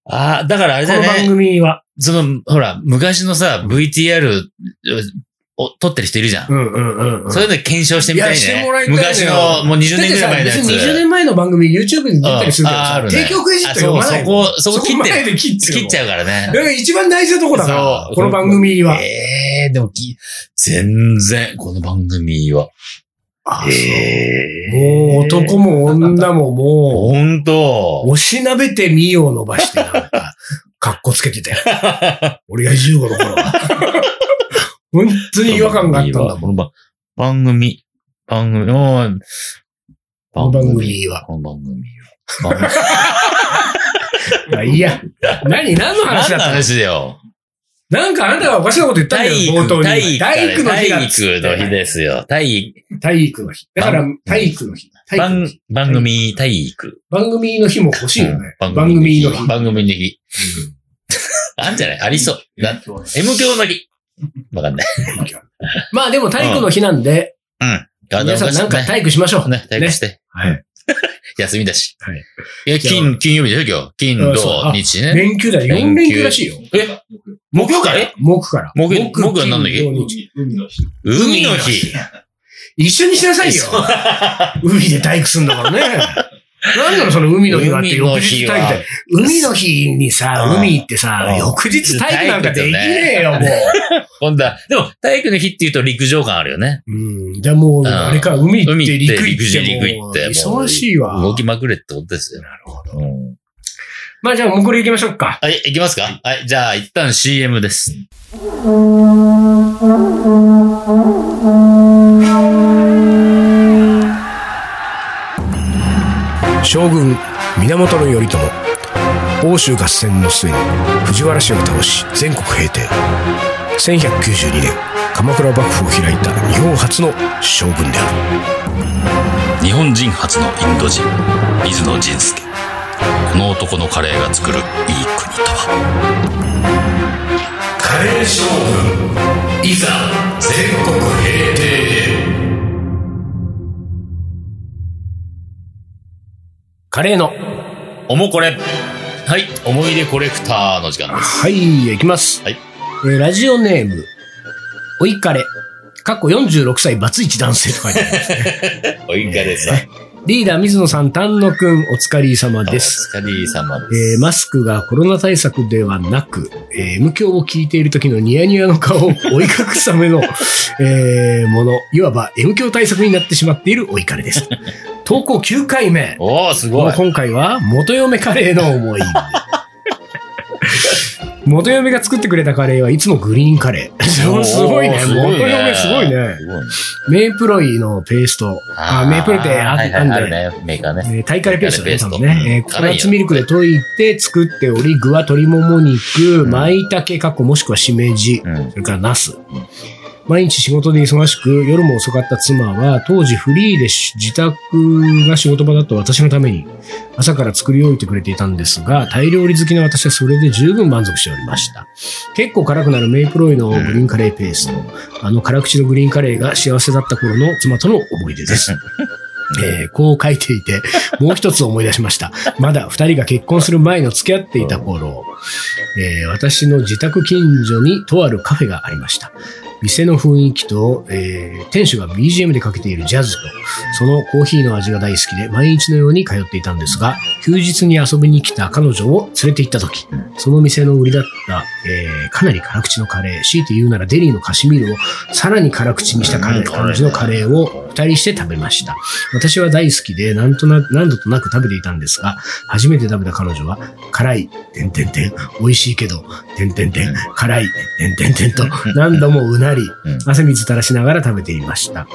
Speaker 2: あー、だからあれだ
Speaker 1: の
Speaker 2: よ
Speaker 1: 番
Speaker 2: ね。
Speaker 1: 組は。
Speaker 2: その、ほら、昔のさ、VTR、を撮ってる人いるじゃん。
Speaker 1: うんうんうんうん。
Speaker 2: そういうの検証してみたいね。
Speaker 1: いやしてもらいたいのよ
Speaker 2: 昔の、もう20年ぐらい前のや
Speaker 1: だってさ別に20
Speaker 2: つ。
Speaker 1: 年前の番組 YouTube に出たりするけど
Speaker 2: うんああ
Speaker 1: さ、
Speaker 2: るね
Speaker 1: 提供クイジット読まないもん。
Speaker 2: あそうそこそこ切ってる
Speaker 1: 前で切ってるもん。
Speaker 2: 切っちゃうからね
Speaker 1: だか。ら一番大事なとこだから
Speaker 2: そ、う
Speaker 1: この番組は。
Speaker 2: ええー、でもき、全然、この番組は。
Speaker 1: あ
Speaker 2: え
Speaker 1: そうもう男も女もも
Speaker 2: ほん
Speaker 1: う、
Speaker 2: と。
Speaker 1: おしなべてみよを伸ばしてなん か、かっこつけてたよ。俺が15の頃は。 本当に違和感があったんだもん。
Speaker 2: ん。番組、番組、うん
Speaker 1: この番組は。
Speaker 2: この番組は。番組
Speaker 1: まあいいや。何何の話
Speaker 2: 何
Speaker 1: だ
Speaker 2: の
Speaker 1: ったの
Speaker 2: 話だよ。
Speaker 1: なんかあなたがおかしなこと言ったんだよ、
Speaker 2: 体
Speaker 1: 冒
Speaker 2: 育
Speaker 1: 頭に。
Speaker 2: 体育
Speaker 1: 体育の日だっつっ
Speaker 2: 体育の日
Speaker 1: て。
Speaker 2: ですよ。体育、
Speaker 1: 体育の日。だから
Speaker 2: 番、
Speaker 1: 体育の日。体育の
Speaker 2: 番
Speaker 1: 日、
Speaker 2: 番組、体育。
Speaker 1: 番組の日も欲しいよね。
Speaker 2: う
Speaker 1: 番
Speaker 2: ん
Speaker 1: 組の日。
Speaker 2: 番組の日。あんじゃないありそう。な M 教の日。わかんない。
Speaker 1: まあでも体育の日なんで、皆さんなんか
Speaker 2: ね
Speaker 1: 体育しましょう。
Speaker 2: ね、体育して。
Speaker 1: はい。
Speaker 2: 休みだし。
Speaker 1: はい。
Speaker 2: いや、金、金曜日でしょ、今日。金、
Speaker 1: うんそうあ
Speaker 2: 土、日ね。
Speaker 1: 連休だ。4連休らしいよ。
Speaker 2: え木曜からえ
Speaker 1: 木から。
Speaker 2: 木木は何の日
Speaker 1: 金土日
Speaker 2: 海の日。
Speaker 1: 一緒にしなさいよ。海で体育すんだから ね。なんなのその海の日があって、翌日体育で。海の日にさ、
Speaker 2: うん
Speaker 1: 海行ってさ
Speaker 2: う、ん
Speaker 1: 翌日体育なんかできねえよ、もう。
Speaker 2: 今度は、でも、体育の日って言うと陸上感あるよね。
Speaker 1: うん。じゃあもう、
Speaker 2: うん
Speaker 1: あれか、海行っ
Speaker 2: 海
Speaker 1: て陸
Speaker 2: 陸
Speaker 1: 行
Speaker 2: 上
Speaker 1: って、
Speaker 2: 陸行
Speaker 1: も
Speaker 2: っ
Speaker 1: う
Speaker 2: て。もう
Speaker 1: 忙しいわ。
Speaker 2: 動きまくれってことですよ。
Speaker 1: なるほど。
Speaker 2: うん
Speaker 1: まあじゃあ、もうこれ行きましょうか。
Speaker 2: はい、いきますかはい、じゃあ、一旦 CM です。
Speaker 1: 将軍、源頼朝。欧州合戦の末に藤原氏を倒し、全国平定。1192年、鎌倉幕府を開いた日本初の将軍である。
Speaker 3: 日本人初のインド人水野仁介この男のカレーが作るいい国とはカレー将軍いざ全国平定へ
Speaker 1: カレーの。
Speaker 2: おもこれ。はい、思い出コレクターの時間です。
Speaker 1: はい、行きます。
Speaker 2: はい
Speaker 1: えーラジオネーム、おいかれ。過去46歳バツイチ男性と書いてあります。
Speaker 2: おいかです。お
Speaker 1: リーダー水野さん、丹野くん、お疲れ様です。
Speaker 2: 疲れ様です。
Speaker 1: えーマスクがコロナ対策ではなく、えー、無教を聞いている時のニヤニヤの顔を追い隠すための、 えーもの、いわば M 教対策になってしまっているおいかれです。 投稿9回目。
Speaker 2: おー、すごい。
Speaker 1: 今回は元嫁カレーの思い出 元嫁が作ってくれたカレーはいつもグリーンカレー。すごい すごいね。
Speaker 2: おー
Speaker 1: 元嫁すごいね。
Speaker 2: すごいね。
Speaker 1: メープロイのペースト。あメープルってあ,、
Speaker 2: はいはい
Speaker 1: あ
Speaker 2: あ
Speaker 1: ん
Speaker 2: る
Speaker 1: で。
Speaker 2: ね、メーカーね。
Speaker 1: えータイカレーペーストだね、多分
Speaker 2: タイカレーペ
Speaker 1: ね。えー
Speaker 2: ー
Speaker 1: コ
Speaker 2: スト
Speaker 1: コ
Speaker 2: うん
Speaker 1: ナッツミルクで溶いて作っており、具は鶏もも肉、
Speaker 2: ん
Speaker 1: 舞茸、かっこもしくはしめじ、
Speaker 2: うん。
Speaker 1: それからナス。毎日仕事で忙しく、夜も遅かった妻は、当時フリーでし自宅が仕事場だった私のために、朝から作り置いてくれていたんですが、タイ料理好きな私はそれで十分満足しておりました。結構辛くなるメイプロイのグリーンカレーペースト。あの辛口のグリーンカレーが幸せだった頃の妻との思い出です。えーこう書いていて、 もう一つ思い出しました。まだ二人が結婚する前の付き合っていた頃、えー私の自宅近所にとあるカフェがありました。店の雰囲気と、えー店主が BGM でかけているジャズと、そのコーヒーの味が大好きで、毎日のように通っていたんですが、休日に遊びに来た彼女を連れて行った時、その店の売りだった、えーかなり辛口のカレー、強いて言うならデリーのカシミールをさらに辛口にしたカレー感じのカレーを二人して食べました。私は大好きで、なんとなく、何度となく食べていたんですが、初めて食べた彼女は、辛い、てんてんてん、美味しいけど、てんてんてん、辛い、てんてんてんと、何度もうなり
Speaker 2: ん、
Speaker 1: 汗水垂らしながら食べていました。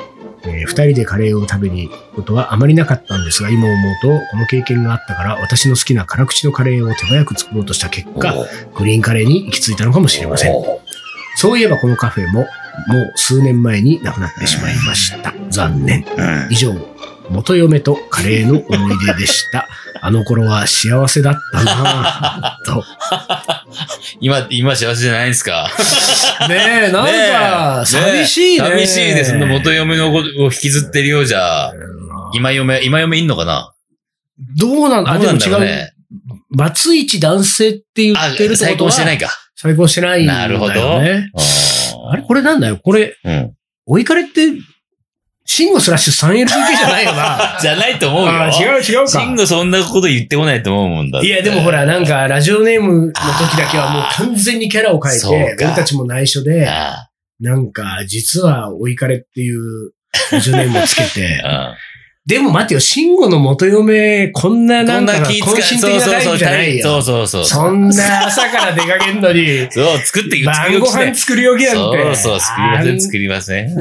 Speaker 1: えー二人でカレーを食べに行くことはあまりなかったんですが、今思うと、この経験があったから、私の好きな辛口のカレーを手早く作ろうとした結果、グリーンカレーに行き着いたのかもしれません。そういえばこのカフェも、もう数年前に亡くなってしまいました。残念。以上、元嫁とカレーの思い出でした。あの頃は幸せだったな ぁ、と。
Speaker 2: 今、今幸せじゃないですか。
Speaker 1: ねえ、なんか、寂しいね。
Speaker 2: 寂しいです。その元嫁のことを引きずってるようじゃ。今嫁、今嫁いんのかな
Speaker 1: どうなんだ、あ、
Speaker 2: ど
Speaker 1: で
Speaker 2: うな
Speaker 1: も
Speaker 2: んだろう
Speaker 1: 違う。
Speaker 2: ね。
Speaker 1: バツイチ男性って言
Speaker 2: あ
Speaker 1: ってるっ、て
Speaker 2: 再
Speaker 1: ことは
Speaker 2: 婚してないか。
Speaker 1: 再婚してないんだよね。
Speaker 2: なるほど。うん
Speaker 1: あれこれなんだよこれ、
Speaker 2: うん。
Speaker 1: おいかれって、シンゴスラッシュ 3LDK じゃないよな。
Speaker 2: じゃないと思うよ。
Speaker 1: あー違う違う
Speaker 2: シン
Speaker 1: か。
Speaker 2: ゴそんなこと言ってこないと思うもんだって。
Speaker 1: いや、でもほら、なんか、ラジオネームの時だけはもう完全にキャラを変え
Speaker 2: そう
Speaker 1: て、
Speaker 2: か
Speaker 1: 俺たちも内緒で、
Speaker 2: あ
Speaker 1: なんか、実は、おいかれっていう、ラジオネームをつけて
Speaker 2: ー。。うん
Speaker 1: でも待てよ、慎吾の元嫁、こんな
Speaker 2: こ
Speaker 1: なんんか、
Speaker 2: な気
Speaker 1: 渾
Speaker 2: 使
Speaker 1: 身
Speaker 2: う。
Speaker 1: 的
Speaker 2: そう
Speaker 1: なタ
Speaker 2: そう
Speaker 1: イ
Speaker 2: そ
Speaker 1: プ
Speaker 2: う。
Speaker 1: じゃない
Speaker 2: そ
Speaker 1: よ
Speaker 2: う。そうそう。そ、
Speaker 1: そんな朝から出かけんのに
Speaker 2: う、作って、
Speaker 1: 晩ご飯作るよぎなん
Speaker 2: そう
Speaker 1: て。
Speaker 2: そう、作りません、作りません。 そ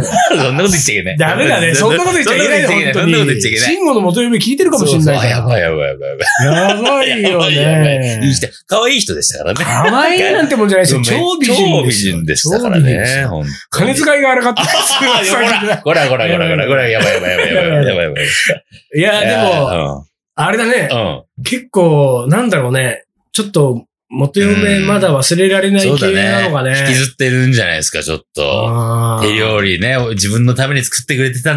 Speaker 2: んなこと言っちゃいけない。
Speaker 1: ダメだね。そんなこと言っちゃいけないよ、本当
Speaker 2: そんなこと言っちゃい
Speaker 1: に。
Speaker 2: けない。
Speaker 1: 慎吾の元嫁聞いてるかもしれない
Speaker 2: そう
Speaker 1: か
Speaker 2: そう
Speaker 1: ら。
Speaker 2: やばいやばいやばいやば
Speaker 1: や
Speaker 2: い。
Speaker 1: ばいよ
Speaker 2: やばいやばいいい
Speaker 1: ね。
Speaker 2: 人。可愛い人でしたからね。
Speaker 1: 可愛いなんてもんじゃないですよ。超美人
Speaker 2: 超美
Speaker 1: ですよ。
Speaker 2: 人でしたから
Speaker 1: 超美人です
Speaker 2: ね。
Speaker 1: よ
Speaker 2: ほんとに
Speaker 1: 金遣いが荒かった。
Speaker 2: ほら、ほら、ほら、ほら、ほら、ほら、やばいやばいやばいやばいやばいやばい。
Speaker 1: いや、でも、
Speaker 2: も、
Speaker 1: あれだね
Speaker 2: う。ん。うん
Speaker 1: 結構、なんだろうね。ちょっと、元嫁まだ忘れられない
Speaker 2: そう
Speaker 1: 系なの
Speaker 2: だ
Speaker 1: がね。
Speaker 2: ね。引きずってるんじゃないですか、ちょっと。
Speaker 1: あー
Speaker 2: 手料理ね、自分のために作ってくれてた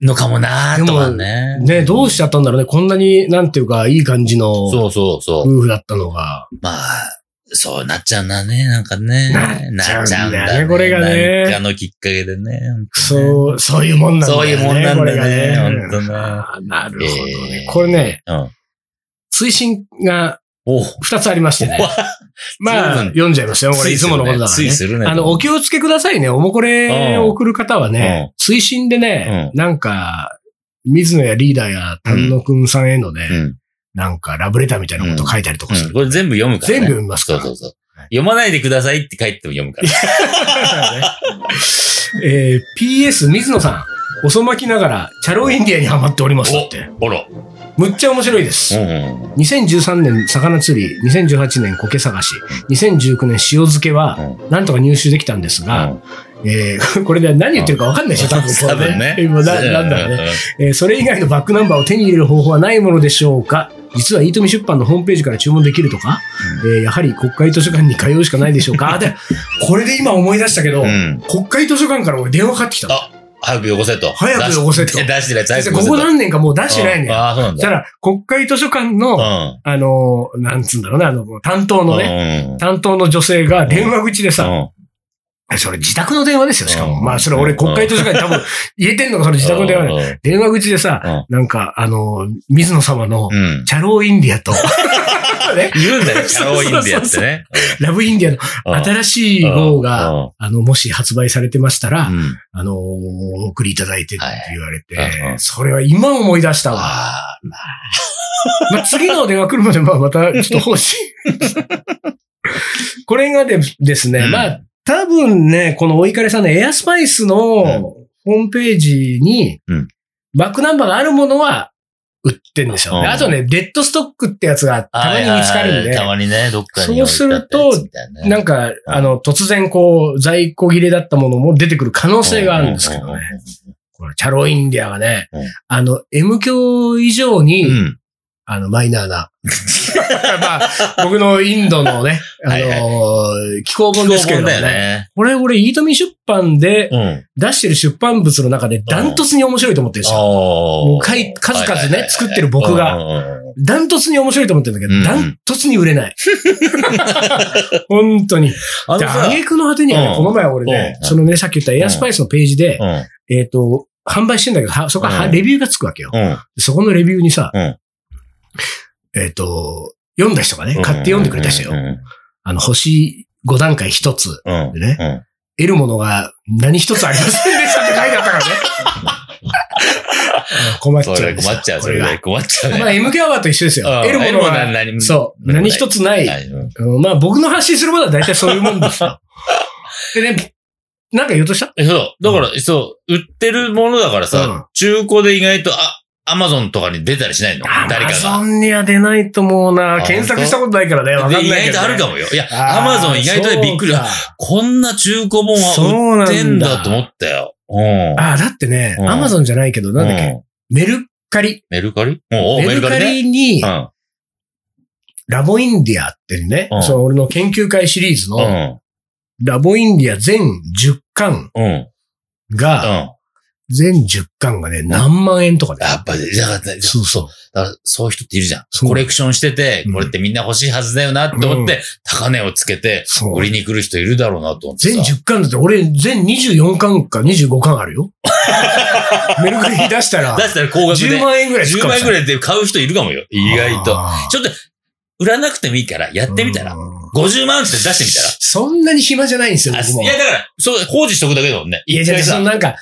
Speaker 2: のかもなーとかね。
Speaker 1: ね、どうしちゃったんだろうね。こんなに、なんていうか、いい感じの夫
Speaker 2: そうそうそう。
Speaker 1: 婦だったのが。
Speaker 2: まあ、そうなっちゃうんだね、なんかね。
Speaker 1: な
Speaker 2: な
Speaker 1: っ
Speaker 2: っ
Speaker 1: ち
Speaker 2: ち
Speaker 1: ゃう
Speaker 2: ゃうんん
Speaker 1: だね
Speaker 2: だね。
Speaker 1: これがね
Speaker 2: なんかのきっかけでね。
Speaker 1: そう、そういうもんなんだよね。
Speaker 2: そういうもんな
Speaker 1: こ
Speaker 2: んだね
Speaker 1: れがね
Speaker 2: ほんとね
Speaker 1: あーな
Speaker 2: ほ
Speaker 1: るほどね。これね、。
Speaker 2: うん。
Speaker 1: 追伸が
Speaker 2: お
Speaker 1: 2つありましてね。まあ、
Speaker 2: 随分
Speaker 1: 読んじゃいますよ。これ、いつものことだから
Speaker 2: つい
Speaker 1: ね。
Speaker 2: するね。
Speaker 1: あの、お気をつけくださいね。おもこれを送る方はね、追伸でね、
Speaker 2: う
Speaker 1: なんか、水野やリーダーや丹野くんさんへのね、
Speaker 2: うん。
Speaker 1: なんかラブレターみたいなこと書いたりとかす
Speaker 2: うん
Speaker 1: る。
Speaker 2: これ全部読むから
Speaker 1: 全
Speaker 2: ね。
Speaker 1: 部読みますから
Speaker 2: そうそうそう。読まないでくださいって書いても読むから。
Speaker 1: えー PS 水野さん、遅まきながら、チャロインディアにハマっておりますだって。
Speaker 2: おら。
Speaker 1: むっちゃ面白いで
Speaker 2: う
Speaker 1: す。
Speaker 2: んうん。
Speaker 1: 2013年魚釣り、2018年苔探し、2019年塩漬けは、なんとか入手できたんですが、えー これで何言ってるか分かんないでしょ、多分。
Speaker 2: 多分ね。
Speaker 1: 今ななんだろうね、
Speaker 2: ね。
Speaker 1: えーそれ以外のバックナンバーを手に入れる方法はないものでしょうか実は、イートミ出版のホームページから注文できるとか、えーやはり国会図書館に通うしかないでしょうかあ、で、これで今思い出したけど、
Speaker 2: うん。
Speaker 1: 国会図書館から俺電話かかってきたの
Speaker 2: あ早くよこせと。
Speaker 1: 早くよこせと
Speaker 2: 出してるやつ早
Speaker 1: 先生
Speaker 2: くよこ
Speaker 1: こ
Speaker 2: せと。
Speaker 1: こ何年かもう出してない
Speaker 2: うん
Speaker 1: ね。
Speaker 2: ああ、そうなん
Speaker 1: だか
Speaker 2: だ。
Speaker 1: ら、国会図書館の、あのー、なんつうんだろうな、あの、担当
Speaker 2: うん。
Speaker 1: のね、
Speaker 2: ね。
Speaker 1: 担当の女性が電話口でさ、
Speaker 2: うん
Speaker 1: それ自宅の電話ですよ、しか
Speaker 2: う
Speaker 1: も。
Speaker 2: ん
Speaker 1: まあ、それ俺国会図書館に多分入れてんのがその自宅の電話で。
Speaker 2: う
Speaker 1: 電話口でさ、なんか、あのー、水野様の、
Speaker 2: んうん。
Speaker 1: チャローインディ アと、ね
Speaker 2: 言うんだよ、キャロインでやってね。
Speaker 1: ラブインディアの新しい号が、
Speaker 2: うん、
Speaker 1: あの、もし発売されてましたら
Speaker 2: う、ん
Speaker 1: あのー、お送りいただいてって言われて、
Speaker 2: はいうん
Speaker 1: それは今思い出した わ。
Speaker 2: あー
Speaker 1: まあ、次の電話来るまで、まあ、また、ちょっと方 針。これがでですね、
Speaker 2: うん
Speaker 1: まあ、多分ね、このお怒りさんのエアスパイスのホームページに
Speaker 2: うん、
Speaker 1: バックナンバーがあるものは売ってんですよ、ね
Speaker 2: うん
Speaker 1: あとね、デッドストックってやつがたまに見つかるん
Speaker 2: はいはいはい
Speaker 1: で
Speaker 2: た、まにね、どっかに置いてあったやつ
Speaker 1: そうすると
Speaker 2: みたいなね。
Speaker 1: なんか、あの、突然こう、在庫切れだったものも出てくる可能性があるんですけど
Speaker 2: うんうん
Speaker 1: ね。これチャロインディアがね
Speaker 2: うん、
Speaker 1: あの、M 教以上に、
Speaker 2: うんうん。
Speaker 1: あの、マイナーな。 まあ、僕のインドのね、あの
Speaker 2: はい
Speaker 1: 気候
Speaker 2: う
Speaker 1: 本
Speaker 2: ん。
Speaker 1: ですけれどもね。
Speaker 2: だよね。
Speaker 1: これ、俺、イートミ出版で
Speaker 2: うん。
Speaker 1: 出してる出版物の中でダントツに面白いと思ってるんですよ。も
Speaker 2: も
Speaker 1: うかい数々ね、作ってる僕が、ダントツに面白いと思ってるんだけ
Speaker 2: うん
Speaker 1: ど、ダントツに売れ ない。本当に。
Speaker 2: あの
Speaker 1: で、
Speaker 2: さ、
Speaker 1: 挙句の果てには
Speaker 2: う
Speaker 1: ね
Speaker 2: ん、
Speaker 1: この前俺ね、
Speaker 2: うん
Speaker 1: そのね、さっき言ったエアスパイスのページで、
Speaker 2: うん
Speaker 1: えっと、販売してんだけど、はそこはは
Speaker 2: うん
Speaker 1: レビューがつくわけよ。
Speaker 2: うん。
Speaker 1: そこのレビューにさ、
Speaker 2: うん
Speaker 1: えっ、と、読んだ人がね、
Speaker 2: うん
Speaker 1: 買って読んでくれた人よ。
Speaker 2: うん
Speaker 1: あの、星5段階1つ
Speaker 2: うん。
Speaker 1: でね、
Speaker 2: うん
Speaker 1: 得るものが何一つありませんでしたって書いてあったから ね。困っちゃう
Speaker 2: それ困っちゃう、
Speaker 1: こ
Speaker 2: そ
Speaker 1: れ
Speaker 2: れ
Speaker 1: が
Speaker 2: で困っちゃう
Speaker 1: まあ、
Speaker 2: ね。
Speaker 1: MK アワーと一緒ですよ。
Speaker 2: う
Speaker 1: 得
Speaker 2: ん
Speaker 1: るもの
Speaker 2: 得るものは
Speaker 1: が、
Speaker 2: 何
Speaker 1: そう、
Speaker 2: 何
Speaker 1: 何
Speaker 2: もない
Speaker 1: 一つない。
Speaker 2: はいうん
Speaker 1: うんまあ、僕の発信することは大体そういうもんです よ。でね、なんか言おうとした
Speaker 2: えそう。だから、そう、売ってるものだから
Speaker 1: うん
Speaker 2: さ、中古で意外と、あ、アマゾンとかに出たりしないの誰かが
Speaker 1: アマゾ。ンには出ないと思うな。
Speaker 2: あ
Speaker 1: 検索したことないからね、わかんない
Speaker 2: で
Speaker 1: けどね、
Speaker 2: 意外とあるかもよ。いや、アマゾン意外とねびっくり。
Speaker 1: あー
Speaker 2: あこんな中古本は
Speaker 1: そう
Speaker 2: 売
Speaker 1: な
Speaker 2: ってん
Speaker 1: ん
Speaker 2: だ
Speaker 1: だ
Speaker 2: と思ったよ。うん。
Speaker 1: ああ、だってね、
Speaker 2: うん
Speaker 1: アマゾンじゃないけど、なんだっけ、
Speaker 2: うん
Speaker 1: メルカリ。
Speaker 2: メルカリおうおう
Speaker 1: メ
Speaker 2: メ
Speaker 1: ル
Speaker 2: ルカ
Speaker 1: カ
Speaker 2: リね。
Speaker 1: リに
Speaker 2: う、ん。
Speaker 1: ラボインディアっていうね、
Speaker 2: うん
Speaker 1: その俺の研究会シリーズ
Speaker 2: う
Speaker 1: の、
Speaker 2: ん。
Speaker 1: ラボインディア全10巻
Speaker 2: うん。うん。
Speaker 1: が、全10巻がね、何万円とかで。
Speaker 2: やっぱり、じゃあ、じゃあ
Speaker 1: そうそう。
Speaker 2: だからそういう人っているじゃん。
Speaker 1: そう
Speaker 2: コレクションしてて
Speaker 1: うん、
Speaker 2: これってみんな欲しいはずだよなって思っ
Speaker 1: う
Speaker 2: て、高値をつけて、
Speaker 1: そう
Speaker 2: 売りに来る人いるだろうなと思ってさ。
Speaker 1: 全10巻だって、俺、全24巻か25巻あるよ。 メルカリに出したら
Speaker 2: 出、したら高額で。
Speaker 1: 10万円ぐらい
Speaker 2: 10万円ぐ
Speaker 1: い。
Speaker 2: らいで買う人いるかもよ。意外と。
Speaker 1: あー
Speaker 2: ちょっと、売らなくてもいいから、やってみたら。
Speaker 1: うん
Speaker 2: 50万って出してみたら。
Speaker 1: そんなに暇じゃないんですよ、
Speaker 2: あ
Speaker 1: 僕も。
Speaker 2: いや、だから、そう、工事しとくだけだもんね。
Speaker 1: いや、じゃあ、
Speaker 2: 一回
Speaker 1: そ
Speaker 2: さ
Speaker 1: のなん か、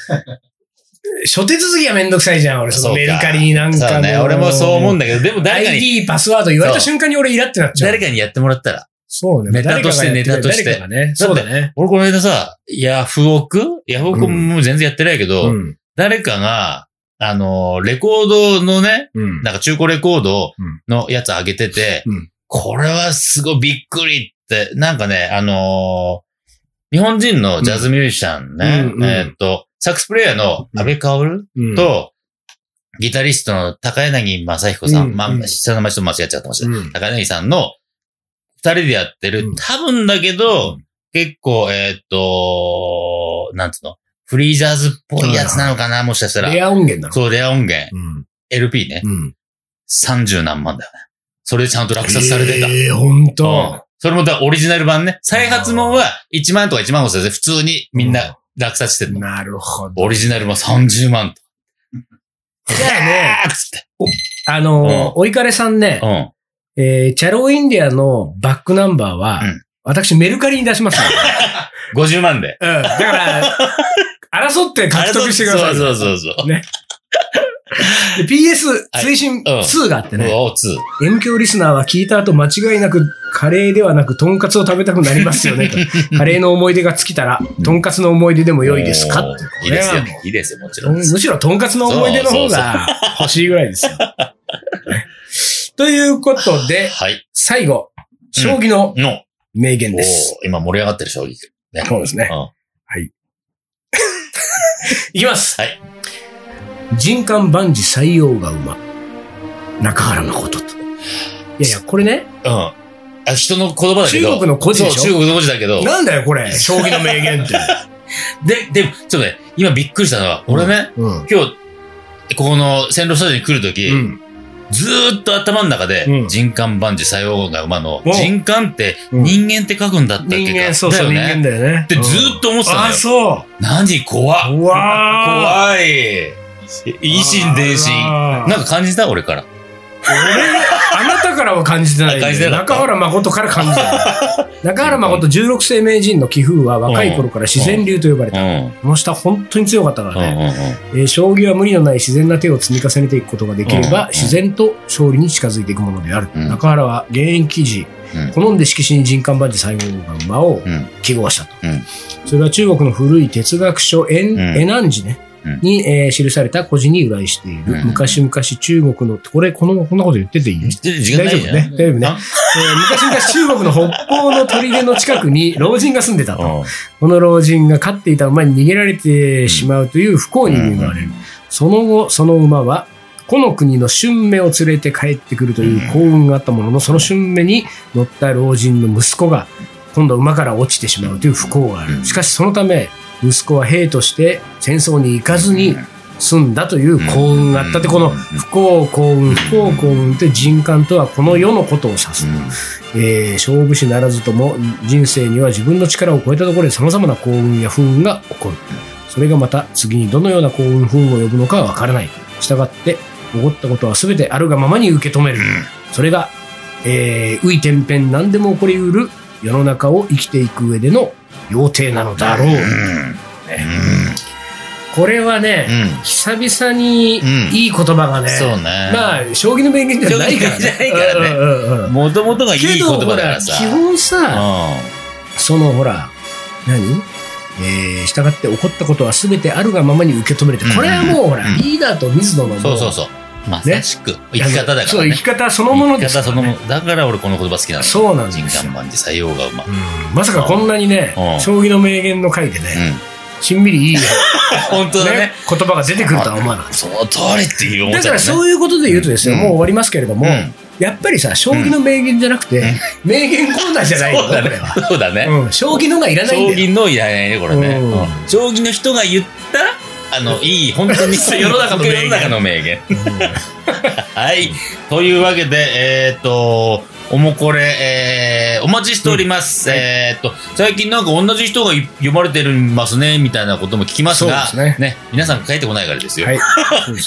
Speaker 1: 初手続きはめんどくさいじゃん、俺。その
Speaker 2: そう
Speaker 1: メ
Speaker 2: か
Speaker 1: ルカリになん
Speaker 2: そ
Speaker 1: か
Speaker 2: うね。俺もそう思うん
Speaker 1: だ
Speaker 2: だけど、でも誰かに、
Speaker 1: ID、パスワード言われた瞬間に俺イラってなっちゃう。
Speaker 2: 誰かにやってもらったら。
Speaker 1: そうね。
Speaker 2: ネタとして
Speaker 1: 誰かがやってくれ
Speaker 2: ネタとして
Speaker 1: 誰かがね。そうだね。
Speaker 2: 俺この間さ、ヤフオクヤフオクも全然やってないけど、
Speaker 1: うん。
Speaker 2: 誰かが、あの、レコードのね、
Speaker 1: うん。
Speaker 2: なんか中古レコードのやつ上げてて、
Speaker 1: うん
Speaker 2: これはすごいびっくりって、なんかね、あのー日本人のジャズミュージシャンね、
Speaker 1: うんうん
Speaker 2: えーっと、サックスプレイヤーの安部薫
Speaker 1: うん、
Speaker 2: と、ギタリストの高柳正彦さん、
Speaker 1: うん
Speaker 2: ま
Speaker 1: うん
Speaker 2: あ、下の名前ちょっと間違っちゃってました。
Speaker 1: うん
Speaker 2: 高柳さんの二人でやってる、
Speaker 1: うん
Speaker 2: 多分だけど、結構、えーっと、なんつうの、フリージャズっぽいやつなのかな、もしかしたら。
Speaker 1: レア音源なの。
Speaker 2: そう、レア音源。
Speaker 1: うん。
Speaker 2: LP ね。
Speaker 1: うん。
Speaker 2: 30何万だよね。それでちゃんと落札されてた。
Speaker 1: ええ、ほん
Speaker 2: うん
Speaker 1: と。
Speaker 2: それもだオリジナル版ね。再発もんは1万とか1万5千で普通にみんな落札してるの。
Speaker 1: なるほど。
Speaker 2: オリジナルも30万と。
Speaker 1: じゃあね、
Speaker 2: あーっつって。
Speaker 1: あ
Speaker 2: うん
Speaker 1: の、おいかれさんね
Speaker 2: う、ん。
Speaker 1: えーチャローインディアのバックナンバーは
Speaker 2: うん、
Speaker 1: 私メルカリに出し ますから。
Speaker 2: 50万で。
Speaker 1: うん。だから、争って獲得してください。
Speaker 2: そうそうそうそう。
Speaker 1: で PS 推進
Speaker 2: はいうん
Speaker 1: 2があってね、
Speaker 2: おつ。
Speaker 1: M 響リスナーは聞いた後間違いなくカレーではなくとんかつを食べたくなりますよねと。 カレーの思い出が尽きたら、とんかつの思い出でも良いですか
Speaker 2: お
Speaker 1: って
Speaker 2: ーいいです
Speaker 1: これ
Speaker 2: よ
Speaker 1: はも。
Speaker 2: いいですよ、もち
Speaker 1: う
Speaker 2: ろん
Speaker 1: む
Speaker 2: です。
Speaker 1: しろとんかつの思い出の方が欲しいぐらいですよ。ねということで、
Speaker 2: はい。
Speaker 1: 最後、将棋の
Speaker 2: の、
Speaker 1: 名言
Speaker 2: お
Speaker 1: で
Speaker 2: ー
Speaker 1: す。
Speaker 2: 今盛り上がってる将棋。ね
Speaker 1: そうですね。
Speaker 2: うん
Speaker 1: いきます。
Speaker 2: はい
Speaker 1: 人間万事採用が馬。中原誠と。いやいや、これね、
Speaker 2: うん。あ、人の言葉だけ
Speaker 1: 中
Speaker 2: ど。
Speaker 1: 国の孤児で
Speaker 2: そう、中
Speaker 1: しょ
Speaker 2: 国の文字だけど。
Speaker 1: なんだよ、これ。将棋の名言って。
Speaker 2: で、でも、ちょっとね、今びっくりしたのは、俺ね、
Speaker 1: うん。
Speaker 2: 今日、ここの線路スタジオに来るとき、
Speaker 1: うん。
Speaker 2: ずーっと頭の中で、
Speaker 1: うん
Speaker 2: 人間万事作用が馬の、
Speaker 1: うん
Speaker 2: 人間って
Speaker 1: うん
Speaker 2: 人間って書くんだったっけか、
Speaker 1: 人間、そうそう、
Speaker 2: だ
Speaker 1: 人
Speaker 2: よね。
Speaker 1: 間だよね。
Speaker 2: ってずーっと思ってたの
Speaker 1: あ、
Speaker 2: よ。
Speaker 1: そ
Speaker 2: 何怖
Speaker 1: う。
Speaker 2: っ
Speaker 1: うわ
Speaker 2: 怖い。
Speaker 1: ー
Speaker 2: 維心伝心。
Speaker 1: あ
Speaker 2: な
Speaker 1: ら
Speaker 2: んか感じた俺から。
Speaker 1: 俺、あなたからは感じてないよ。
Speaker 2: あ感じてなかった
Speaker 1: 中原誠から感じ てない。中原誠16世名人の棋風は若い頃から自然流と呼ばれ
Speaker 2: う
Speaker 1: た。
Speaker 2: ん。
Speaker 1: この下本当に強かったか
Speaker 2: うんう
Speaker 1: らね。
Speaker 2: んうん。
Speaker 1: えー将棋は無理のない自然な手を積み重ねていくことができれば、
Speaker 2: うん
Speaker 1: 自然と勝利に近づいていくものである。
Speaker 2: うん
Speaker 1: 中原は現役時、
Speaker 2: うん
Speaker 1: 好んで色紙に人間万事最後が馬を
Speaker 2: ん
Speaker 1: 記号したと。
Speaker 2: うん
Speaker 1: それは中国の古い哲学書、エン、
Speaker 2: ん
Speaker 1: エナンジね。
Speaker 2: うん
Speaker 1: に、えー記された古事に由来している。
Speaker 2: うん
Speaker 1: 昔々中国の、これ、この、こんなこと言ってていい
Speaker 2: ちょっと時間
Speaker 1: 大
Speaker 2: な
Speaker 1: 丈
Speaker 2: い
Speaker 1: 夫
Speaker 2: じゃん。
Speaker 1: ね。大丈夫ね。
Speaker 2: あ
Speaker 1: えー昔々中国の北方の砦の近くに老人が住んでたと。
Speaker 2: う
Speaker 1: この老人が飼っていた馬に逃げられてしまうという不幸に見舞われる。その後、その馬は、この国の春目を連れて帰ってくるという幸運があったものの、その春目に乗った老人の息子が、今度馬から落ちてしまうという不幸があ
Speaker 2: う
Speaker 1: る。
Speaker 2: ん
Speaker 1: しかしそのため、息子は兵として戦争に行かずに済んだという幸運があったって、この不幸幸運、不幸幸運って人間とはこの世のことを指す。
Speaker 2: ん
Speaker 1: えー勝負師ならずとも人生には自分の力を超えたところで様々な幸運や不運が起こる。それがまた次にどのような幸運、不運を呼ぶのかはわからない。従って、起こったことは全てあるがままに受け止める。それが、えー、浮い天変何でも起こりうる世の中を生きていく上での要諦なのだろう。これは
Speaker 2: うん。う
Speaker 1: ね、
Speaker 2: ん。
Speaker 1: 久々に
Speaker 2: うん
Speaker 1: いい言葉がね、
Speaker 2: そうね。
Speaker 1: まあ、将棋の名言じゃないからね。
Speaker 2: 将棋の名言じゃないからね
Speaker 1: うんうんうんうん
Speaker 2: もともとがいい
Speaker 1: け
Speaker 2: 言
Speaker 1: ど、
Speaker 2: 葉だ
Speaker 1: ほ、
Speaker 2: かららさ。
Speaker 1: 基本さ、そのほら、何えー、従って起こったことは全てあるがままに受け止めるって、これはもうほら、
Speaker 2: うん
Speaker 1: リーダーと水野のも
Speaker 2: うん。そうそうそう。まさしく、生き方だか
Speaker 1: そ
Speaker 2: ら
Speaker 1: う、
Speaker 2: ね。
Speaker 1: 生き方そのもの
Speaker 2: 生
Speaker 1: で
Speaker 2: き
Speaker 1: す
Speaker 2: 方
Speaker 1: か
Speaker 2: そ
Speaker 1: ら
Speaker 2: の
Speaker 1: ね、
Speaker 2: もの。だから俺この言葉好きなの。
Speaker 1: そうなんです
Speaker 2: 人
Speaker 1: よ
Speaker 2: 間万事採用がうま。うん。
Speaker 1: うんまさかこんなにね
Speaker 2: う、ん
Speaker 1: 将棋の名言の回でね、しんみりいい、ね、
Speaker 2: 本当だね。
Speaker 1: 言葉が出てくるとは思わなかっ
Speaker 2: その通りっていう
Speaker 1: た。
Speaker 2: 思っ
Speaker 1: だ
Speaker 2: ち
Speaker 1: から
Speaker 2: ゃうね。
Speaker 1: そういうことで言うとですよ、
Speaker 2: うん
Speaker 1: もう終わりますけれども、
Speaker 2: うん
Speaker 1: やっぱりさ、将棋の名言じゃなくて、名言コーナーじゃないよ、
Speaker 2: そうだ
Speaker 1: こ
Speaker 2: ね
Speaker 1: れは。。
Speaker 2: そうだね。
Speaker 1: うん、将棋のがいらないん
Speaker 2: 将
Speaker 1: だよ。
Speaker 2: 棋のいらないね、これね
Speaker 1: うん。
Speaker 2: うん将棋の人が言ったあ の、いい、本当に世の中の名言。
Speaker 3: 世の中の名言。
Speaker 2: はい。というわけで、えーっと、おもこれ、えー、お待ちしております。えーっと、最近なんか同じ人がい読まれてますね、みたいなことも聞きますが、
Speaker 1: そうです
Speaker 2: ね、皆さん帰ってこないからですよ。
Speaker 1: はい。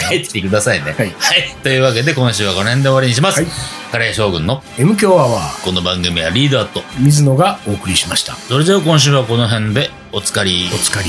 Speaker 2: 帰ってきてくださいね。 は。
Speaker 1: はいい
Speaker 2: というわけで、今週はこの辺で終わりにします。
Speaker 1: はい
Speaker 2: カレー将軍の
Speaker 1: M 強アワー、
Speaker 2: この番組はリーダーと、
Speaker 1: 水野がお送りしました。
Speaker 2: それじゃあ今週はこの辺でおつかり。
Speaker 1: お疲れ。